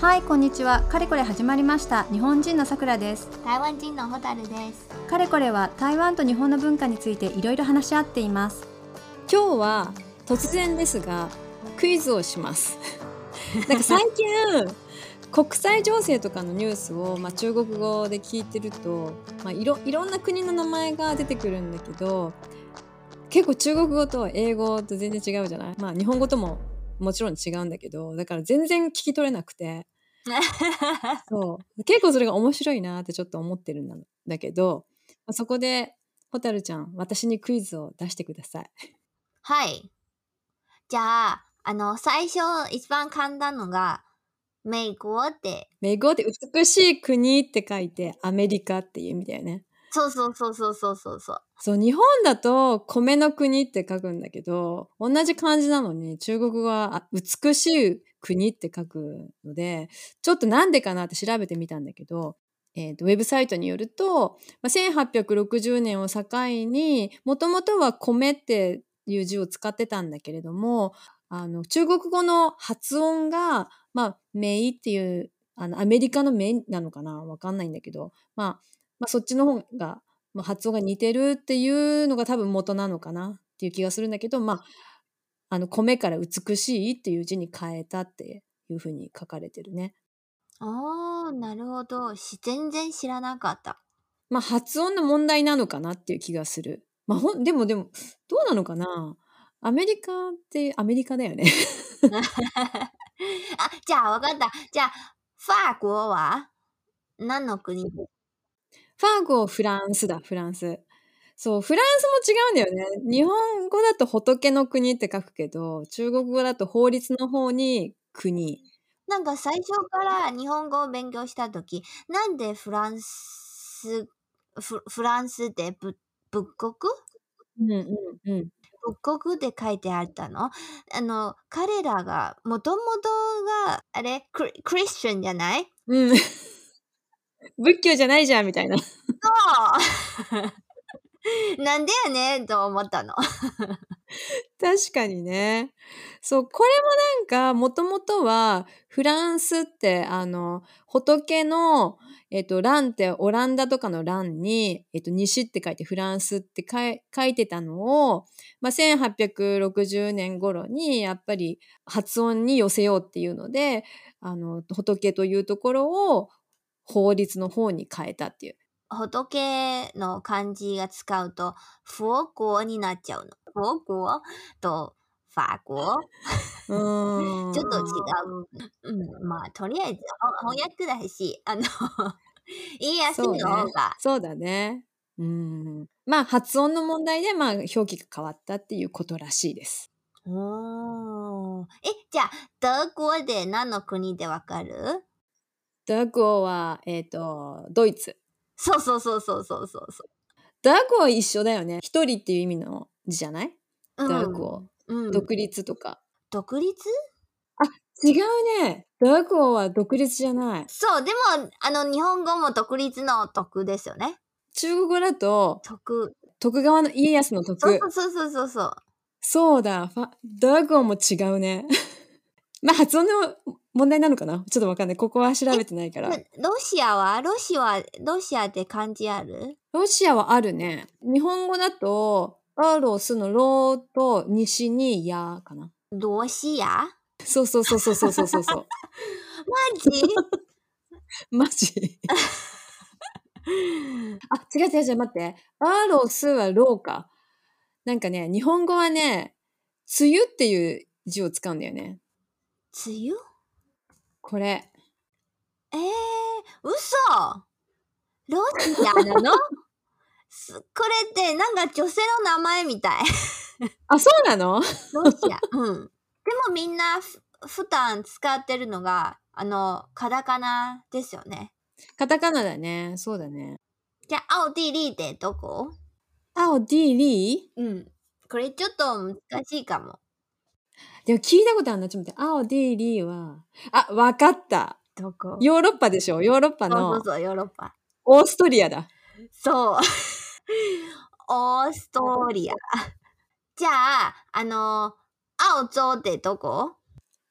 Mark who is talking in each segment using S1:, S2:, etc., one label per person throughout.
S1: はいこんにちはかれこれ始まりました日本人のさくらです
S2: 台湾人のホタルです。
S1: かれこれは台湾と日本の文化についていろいろ話し合っています
S3: 今日は突然ですがクイズをします なんか最近国際情勢とかのニュースを、まあ、中国語で聞いてると、まあ、いろいろんな国の名前が出てくるんだけど結構中国語と英語と全然違うじゃない、まあ、日本語とももちろん違うんだけどだから全然聞き取れなくてそう結構それが面白いなってちょっと思ってるんだだけど、まあそこで蛍ちゃん私にクイズを出してください。
S2: はい。じゃあ、あの、最初一番簡単のが、美国って、
S3: メゴって美しい国って書いてアメリカっていう意味だよね。
S2: そうそうそうそうそうそうそう。
S3: そう、日本だと米の国って書くんだけど、同じ漢字なのに中国語はあ美しい国って書くので、ちょっとなんでかなって調べてみたんだけど、えーとウェブサイトによると、まあ、1860年を境にもともとは米っていう字を使ってたんだけれどもあの中国語の発音が、まあ、メイっていうあのアメリカのメイなのかなわかんないんだけど、まあ、まあそっちの方が、まあ、発音が似てるっていうのが多分元なのかなっていう気がするんだけど、まあ、あの米から美しいっていう字に変えたっていうふうに書かれてるね。
S2: おー、なるほど。し全然知らなかった。
S3: まあ、発音の問題なのかなっていう気がする。まあ、ほんでもでもどうなのかなアメリカってアメリカだよね。
S2: あ、じゃあわかった。じゃあ、法国は何の国
S3: ファーゴフランスだフランス。そうフランスも違うんだよね。日本語だと仏の国って書くけど中国語だと法律の方に国。
S2: なんか最初から日本語を勉強したとき、なんでフランス、フフランスってぶ仏国
S3: うんうんうん、
S2: 仏国で書いてあったのあの彼らがもともとがあれクリクリスチャンじゃない
S3: うん。 仏教じゃないじゃんみたいな。
S2: そうなんでやねんと思ったの。
S3: 確かにね。そう、これもなんか、もともとは、フランスって、あの、仏の、えっと、蘭ってオランダとかの蘭に、えっと、西って書いてフランスって書い書いてたのを、まあ、1860年頃に、やっぱり発音に寄せようっていうので、あの、仏というところを法律の方に変えたっていう。
S2: 仏の漢字が使うと、佛国になっちゃうの。佛国と法国
S3: うーん。
S2: ちょっと違う。うん、まあ、とりあえずほ翻訳だし、あの、 言いやすいの方が、
S3: そうだね。うん。まあ発音の問題でまあ表記が変わったっていうことらしいです。
S2: おーえ、じゃあ、德国で何の国でわかる
S3: 德語はえっ、とドイツ。
S2: そうそうそうそうそうそうそ
S3: 德語は一緒だよね。一人っていう意味の字じゃない？
S2: う。
S3: 德語、
S2: うん、うん、
S3: 独立とか。
S2: 独立
S3: 違うね。德語は独立じゃない。
S2: そう、でも、あの、日本語も独立の徳ですよね。
S3: 中国語だと
S2: 徳。
S3: 徳川の家康の
S2: そう
S3: 徳。
S2: そうそうそうそう。
S3: そうだ。ファ德語も違うね。 まあ発音の問題なのかな。ちょっとわかんない。ここは調べてないから。
S2: ロシアはロシアは、ロシアって漢字ある
S3: ロシアはあるね。日本語だと、ロロスのローと西にヤーかな。
S2: ロシア
S3: そうそうそうそうそうそうそ うそう。
S2: マジ
S3: マジあ、違う違う違う、待って。アロスはローか。なんかね、日本語はね、梅雨っていう字を使うんだよね。
S2: 梅雨
S3: これ。
S2: えー、嘘ロシアなの すこれってなんか女性の名前みたい。
S3: あ、そうなの
S2: ロシア。うん。でもみんなふ普段使ってるのが、あの、カタカナですよね。
S3: カタカナだね。そうだね。
S2: じゃあ、アオディリーってどこ
S3: あ、お、ディリー
S2: うん。これちょっと難しいかも。
S3: でも聞いたことあるな。ちょっと待って。青、ディリーは。あ、わかった。
S2: どこ
S3: ヨーロッパでしょヨーロッパ
S2: そうそう
S3: の
S2: そう、ヨーロッパ。
S3: オーストリアだ。
S2: そう。オーストリア。じゃあ、あの、青ゾってどこ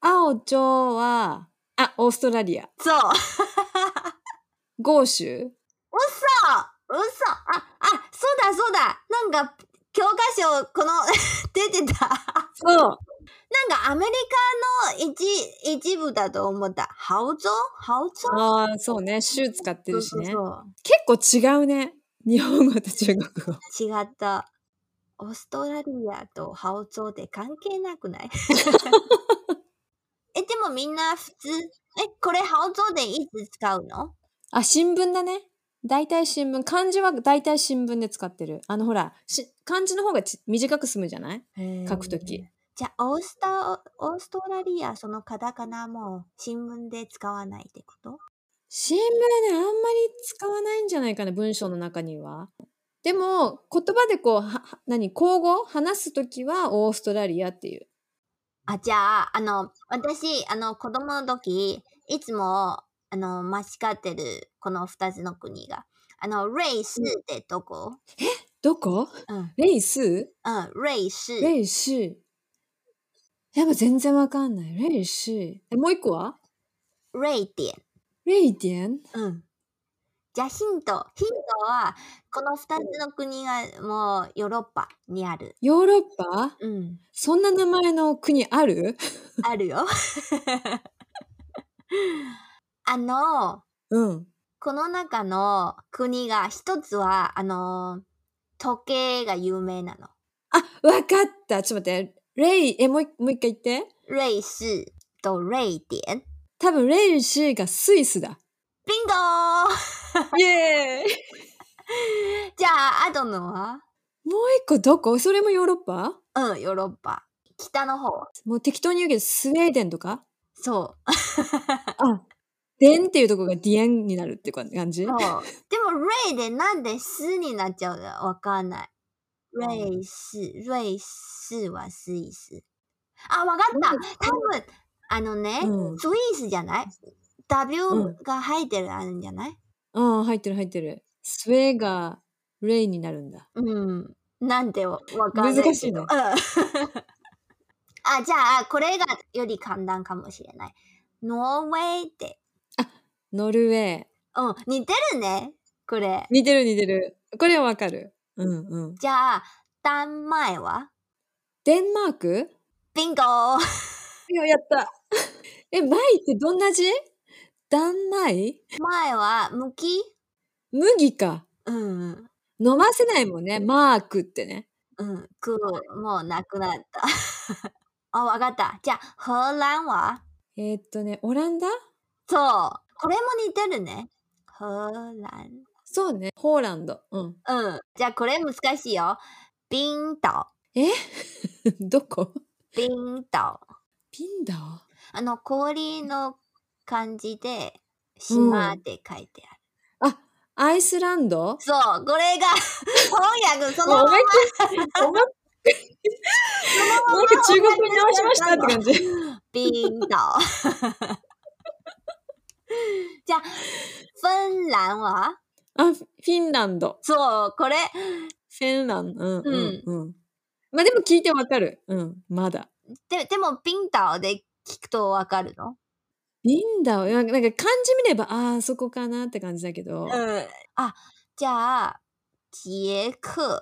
S3: 青町は、あ、オーストラリア。
S2: そう。嘘
S3: 豪州
S2: 嘘あ、あ、そうだそうだなんか、教科書、この、 出てた。な
S3: そう。
S2: んかアメリカの一、一部だと思った。ハウゾハウゾ
S3: ああ、そうね。州使ってるしね。
S2: そう
S3: 結構違うね。日本語と中国語。
S2: そう。違った。オーストラリアとハウゾで関係なくない え、でもみんな普通、え、これハウゾでいつ使うの
S3: あ、新聞だね。大体新聞。漢字は大体新聞で使ってる。あの、ほら、し漢字の方がち短く済むじゃない書くとき。
S2: じゃあ、オースタオーストラリア、そのカタカナも新聞で使わないってこと
S3: 新聞ね、あんまり使わないんじゃないかな、文章の中には。でも、言葉でこう、はは何、口語話すときはオーストラリアっていう。
S2: あ、じゃあ、あの、私、あの、子供の時、いつも、あの、間違ってる、この二つの国が。あの、レイスってどこ
S3: どこ
S2: うん、うん、
S3: レイス
S2: レイス。
S3: レイシー。やっぱ全然わかんない。レイシー。え、もう一個は
S2: レイディン。
S3: レイディエン
S2: うん。じゃあ、ヒント。ヒントは、この二つの国が、もう、ヨーロッパにある。
S3: ヨーロッパ
S2: うん。
S3: そんな名前の国ある
S2: あるよ。 あの、
S3: うん。
S2: この中の国が一つは、あの、時計が有名なの。
S3: あ、わかった。ちょっと待って。レイ、え、もう一もう一回言って。
S2: 瑞士と瑞典。
S3: 多分、レイシーがスイスだ。
S2: ビンゴー
S3: イエーイ
S2: じゃあ、あとのは
S3: もう一個どこそれもヨーロッパ
S2: うん、ヨーロッパ。北の方。
S3: もう適当に言うけど、スウェーデンとか
S2: そ
S3: あ、デンっていうとこがディエンになるって感じ
S2: う。 そうでも、瑞でなんでスになっちゃうのわかんない。瑞士、瑞士はスイス。あ、わかった多分、あのね、
S3: うん
S2: スイスじゃない ?W が入ってるあるんじゃない
S3: うん、入ってる入ってる。スウェーがレイになるんだ。
S2: うん。なんでわわかんないけど。
S3: 難しいね
S2: うん。あ、じゃあ、これがより簡単かもしれない。ノーウェイって。
S3: ノルウェー。
S2: うん、似てるね。これ。
S3: 似てる似てる。これはわかる。うんうん。
S2: じゃあ、ダンマイは
S3: デンマーク
S2: ビンゴー
S3: いや、やった。 え、マイってどんな字ダンマイ
S2: 前は、向き
S3: 麦か。
S2: うん。
S3: 飲ませないもんね。マークってね。
S2: うん。く、もうなくなった。 あ、わかった。じゃあ、荷蘭は
S3: えーっとね、オランダ
S2: そう。これも似てるね。荷蘭。
S3: そうね。ポーランド。うん。
S2: うん。じゃあ、これ難しいよ。冰島。
S3: えどこ
S2: 冰島。
S3: ピンダオ
S2: あの、氷の感じで、島って書いてある。
S3: あ、アイスランド
S2: そう、こ れが翻訳、そ
S3: もう
S2: のま
S3: お
S2: ま
S3: 前く、お前く、お前く中国語に直しましたって感 じ。
S2: 冰島。じゃあ、芬蘭は
S3: あ、フィンランド。
S2: そう、これ、
S3: フィンランド。うんうんうん。まあでも聞いてわかる。うん、まだ。
S2: ででも、冰島で聞くとわかるの
S3: ピンダオ、なんかなんか漢字見れば、ああ、そこかなって感じだけど、
S2: うん。あ、じゃあ、捷克。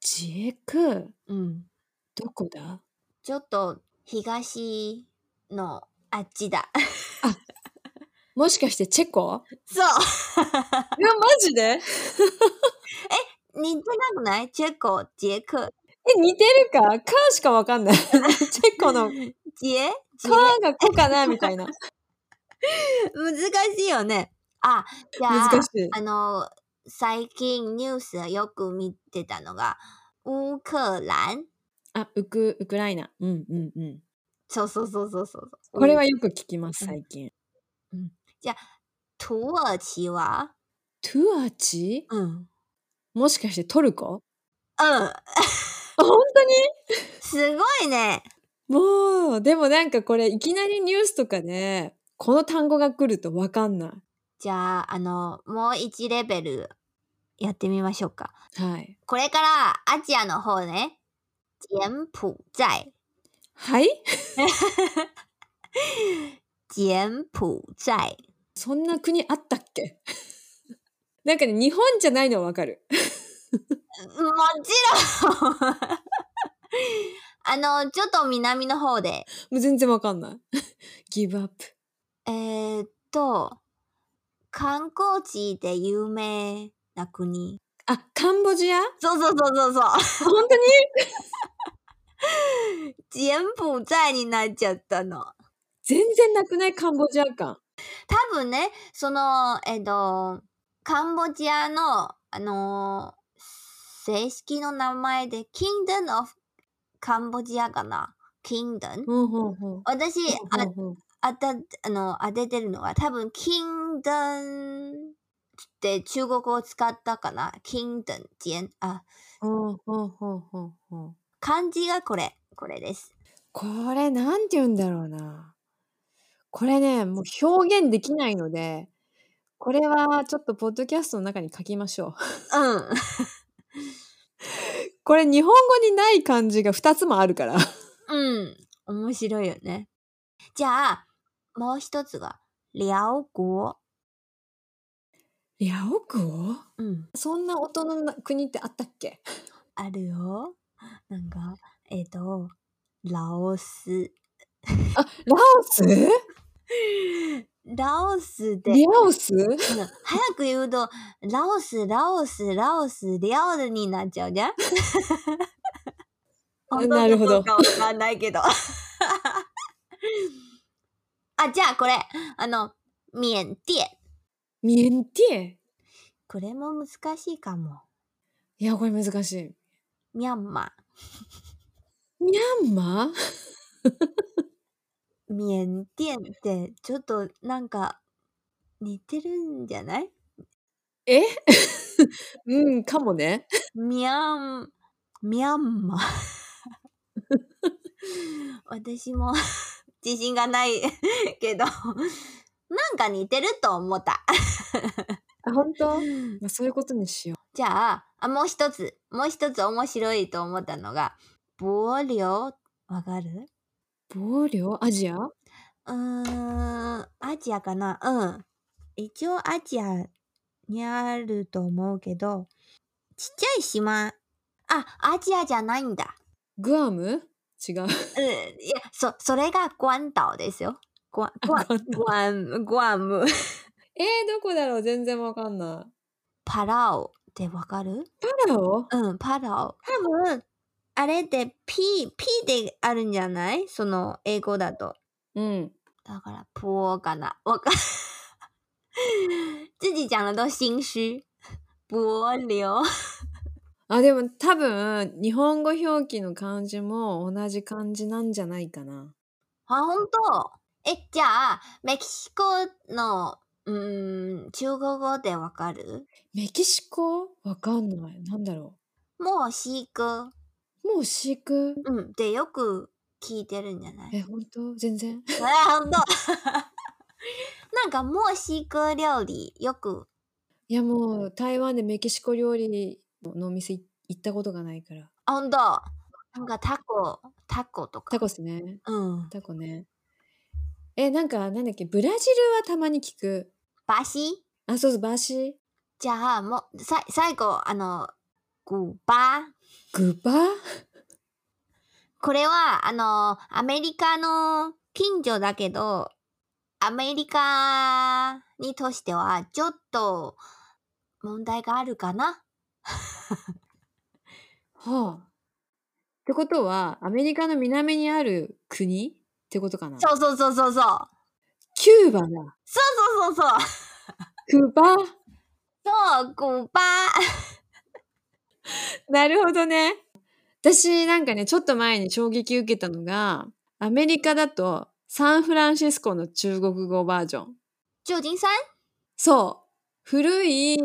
S3: ジェク、
S2: うん。
S3: どこだ
S2: ちょっと、東のあっちだ。
S3: もしかしてチェコ
S2: そう。
S3: いや、マジで
S2: 似てなくないチェコ、ジェク、
S3: え、似てるかカーしかわかんない。チ ェコのカ
S2: ジェジェ
S3: ーがコかなみたい な。
S2: 難しいよね。あ、じゃあ、
S3: 難しい。
S2: あの、最近ニュースよく見てたのが、ウクラン
S3: あ、ウク、ウクライナ。うんうんうん。
S2: そうそうそうそうそう。
S3: これは
S2: うん、
S3: よく聞きます、
S2: うん
S3: 最近。
S2: 土耳其は
S3: トゥアチ
S2: うん。うん。
S3: もしかしてトルコあ本当に
S2: すごいね。
S3: もう、でもなんかこれ、いきなりニュースとかで、この単語が来るとわかんな
S2: じゃあ、あの、もう1レベルやってみましょうか。
S3: い。はい。
S2: これからアジアの方ね、柬埔寨。
S3: はい
S2: 柬柬埔寨。
S3: そんな国あったっけなんかね、日本じゃないのはわかる。
S2: もちろんあの、ちょっと南の方で。
S3: もう全然わかんない。ギブアップ。
S2: えー、っと、観光地で有名な国。
S3: あ、カンボジア
S2: そうそうそうそうそう。
S3: 本当に
S2: 柬埔寨になっちゃったの。
S3: 全然なくないカンボジア感。
S2: 多分ね、その、えっと、カンボジアの、あのー正式の名前で、Kingdom of カンボジアかな ?Kingdom?
S3: ほうほうほう。
S2: 私、あ
S3: ほうほう
S2: あた、あの、当ててるのは、多分、Kingdom って中国語を使ったかな ?Kingdom 間、あ、
S3: ほうほうほうほうほう。
S2: 漢字がこれ、これです。
S3: これ、なんて言うんだろうな。これね、もう表現できないので、これはちょっとポッドキャストの中に書きましょう。
S2: うん。
S3: これ日本語にない漢字が2つもあるから。
S2: うん。面白いよね。じゃあ、もう一つが、辽国。
S3: いや、奥を
S2: うん。
S3: そんな大人の国ってあったっけ
S2: あるよ。なんか、えっ、と、ラオス。
S3: ラオス
S2: ラオスで、
S3: リアオス
S2: うん早く言うと、ラオス、ラオス、ラオス、リアオルになっちゃうじゃん本当
S3: なるほど
S2: かうかわかんないけど。あ、 じゃあこれ、あの、缅甸。
S3: ミエンティエ
S2: これも難しいかも。
S3: いや、これ難しい。
S2: ミャンマ
S3: ミャンマー
S2: ー。缅甸って、ちょっとなんか、似てるんじゃない
S3: え うん、かもね。
S2: ミャン、ミャンマー。私も自信がないけど、なんか似てると思った。
S3: あ、本当。まあ、そういうことにしよ
S2: じゃああ、もう一つ、もう一つ面白いと思ったのが、ボーリョわかる
S3: う。暴領アジア
S2: うーん、アジアかなうん。一応アジアにあると思うけど、ちっちゃい島。あ、アジアじゃないんだ。
S3: グアム違う。
S2: うん、いや、そ、それがグアン島ですよ。グア、 グア
S3: あ、、
S2: グアム、グアム。
S3: えー、どこだろう全然わかんない。
S2: パラオってわかる
S3: パラオ
S2: うん、パラオ。多分、あれって P、P であるんじゃないその英語だと。
S3: うん。
S2: だから、ポーかな。わか、 自己讲的都心虚。波流。
S3: あ、でも多分、日本語表記の漢字も同じ漢字なんじゃないかな。
S2: あ、本当え、じゃあ、メキシコの、うーん、中国語でわかる
S3: メキシコわかんない。なんだろ
S2: もうシーク。
S3: う。もう飼育
S2: うん、でよく聞いてるんじゃない
S3: え、本当全然。
S2: あ、ほんと なんか、モシク料理、よく。
S3: いやもう、台湾でメキシコ料理のお店い行ったことがないから。
S2: あ、ほんとなんか、タコ、タコとか。
S3: タコスね。
S2: うん。
S3: タコね。え、なんか、なんだっけ、ブラジルはたまに聞く。
S2: バシ
S3: あ、そうそう、バーシー。
S2: じゃあ、もう、さ、最後、あの、古巴。
S3: グバ
S2: これは、あの、アメリカの近所だけど、アメリカにとしては、ちょっと、問題があるかな
S3: はあ。ってことは、アメリカの南にある国ってことかな
S2: そうそうそうそうそう。
S3: キューバだ。
S2: そうそうそうそう。
S3: クバ
S2: そう、古巴。
S3: なるほどね。私なんかね、ちょっと前に衝撃受けたのが、アメリカだとサンフランシスコの中国語バージョン。
S2: 旧金山
S3: そう。古い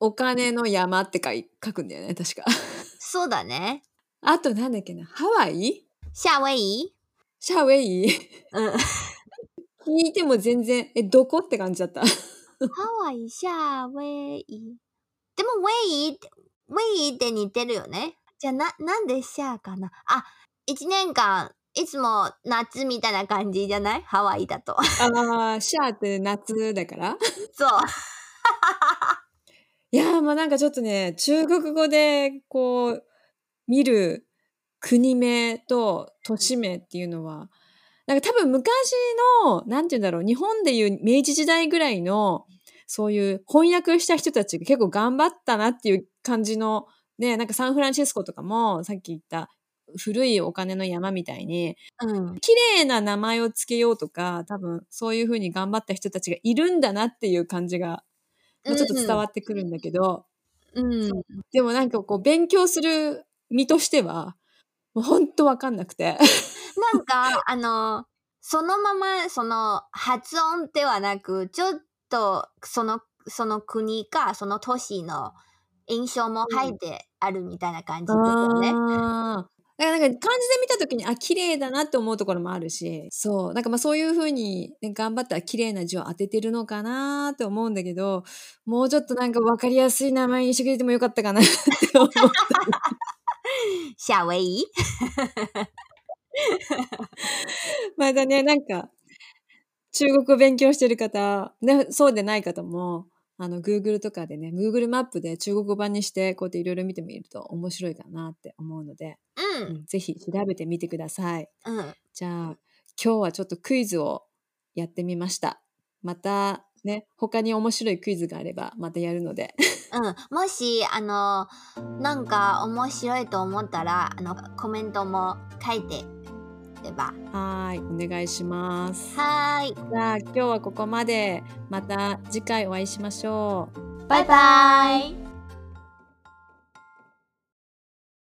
S3: お金の山って書い書くんだよね、確か。
S2: そうだね。
S3: あとなんだっけな、ハワイ
S2: 夏威夷
S3: シャウェイ
S2: うん。
S3: 聞いても全然、え、どこって感じだった。
S2: ハワイ、夏威夷。でも、威夷って、威夷って似てるよね。じゃあ、な、なんで夏かなあ、一年間、いつも夏みたいな感じじゃないハワイだと。
S3: ああ、シャーって夏だから。
S2: そう。
S3: いやー、まあなんかちょっとね、中国語でこう、見る国名と都市名っていうのは、なんか多分昔の、なんて言うんだろう、日本でいう明治時代ぐらいの、そういう翻訳した人たちが結構頑張ったなっていう感じの、ね、なんかサンフランシスコとかも、さっき言った古いお金の山みたいに、
S2: うん。
S3: 綺麗な名前をつけようとか、多分そういうふうに頑張った人たちがいるんだなっていう感じが、まあちょっと伝わってくるんだけど、
S2: うん。
S3: でもなんかこう勉強する身としては、もうほんとわかんなくて。
S2: なんか、 あの、そのまま、その、発音ではなく、ちょっと、その、その国か、その都市の印象も入ってあるみたいな感じですよね。
S3: あーだからなんか漢字で見た時に、あ、綺麗だなって思うところもあるし、そう。なんかまあそういうふうに、ね、頑張ったら綺麗な字を当ててるのかなって思うんだけど、もうちょっとなんかわかりやすい名前にしてくれてもよかったかなって思う。
S2: シャウェイ
S3: まだね、なんか、中国語勉強してる方、ね、そうでない方も、あの、Google とかでね、Google マップで中国語版にして、こうやっていろいろ見てみると面白いかなって思うので、
S2: う。
S3: うんんぜひ調べてみてください。
S2: うん。
S3: じゃあ、今日はちょっとクイズをやってみました。また、ね、他に面白いクイズがあれば、またやるので。
S2: うん。もし、あの、なんか面白いと思ったら、あの、コメントも書いてれば。
S3: はーい、お願いします。
S2: はーい。
S3: じゃあ、今日はここまで。また次回お会いしましょう。
S2: バイバイ。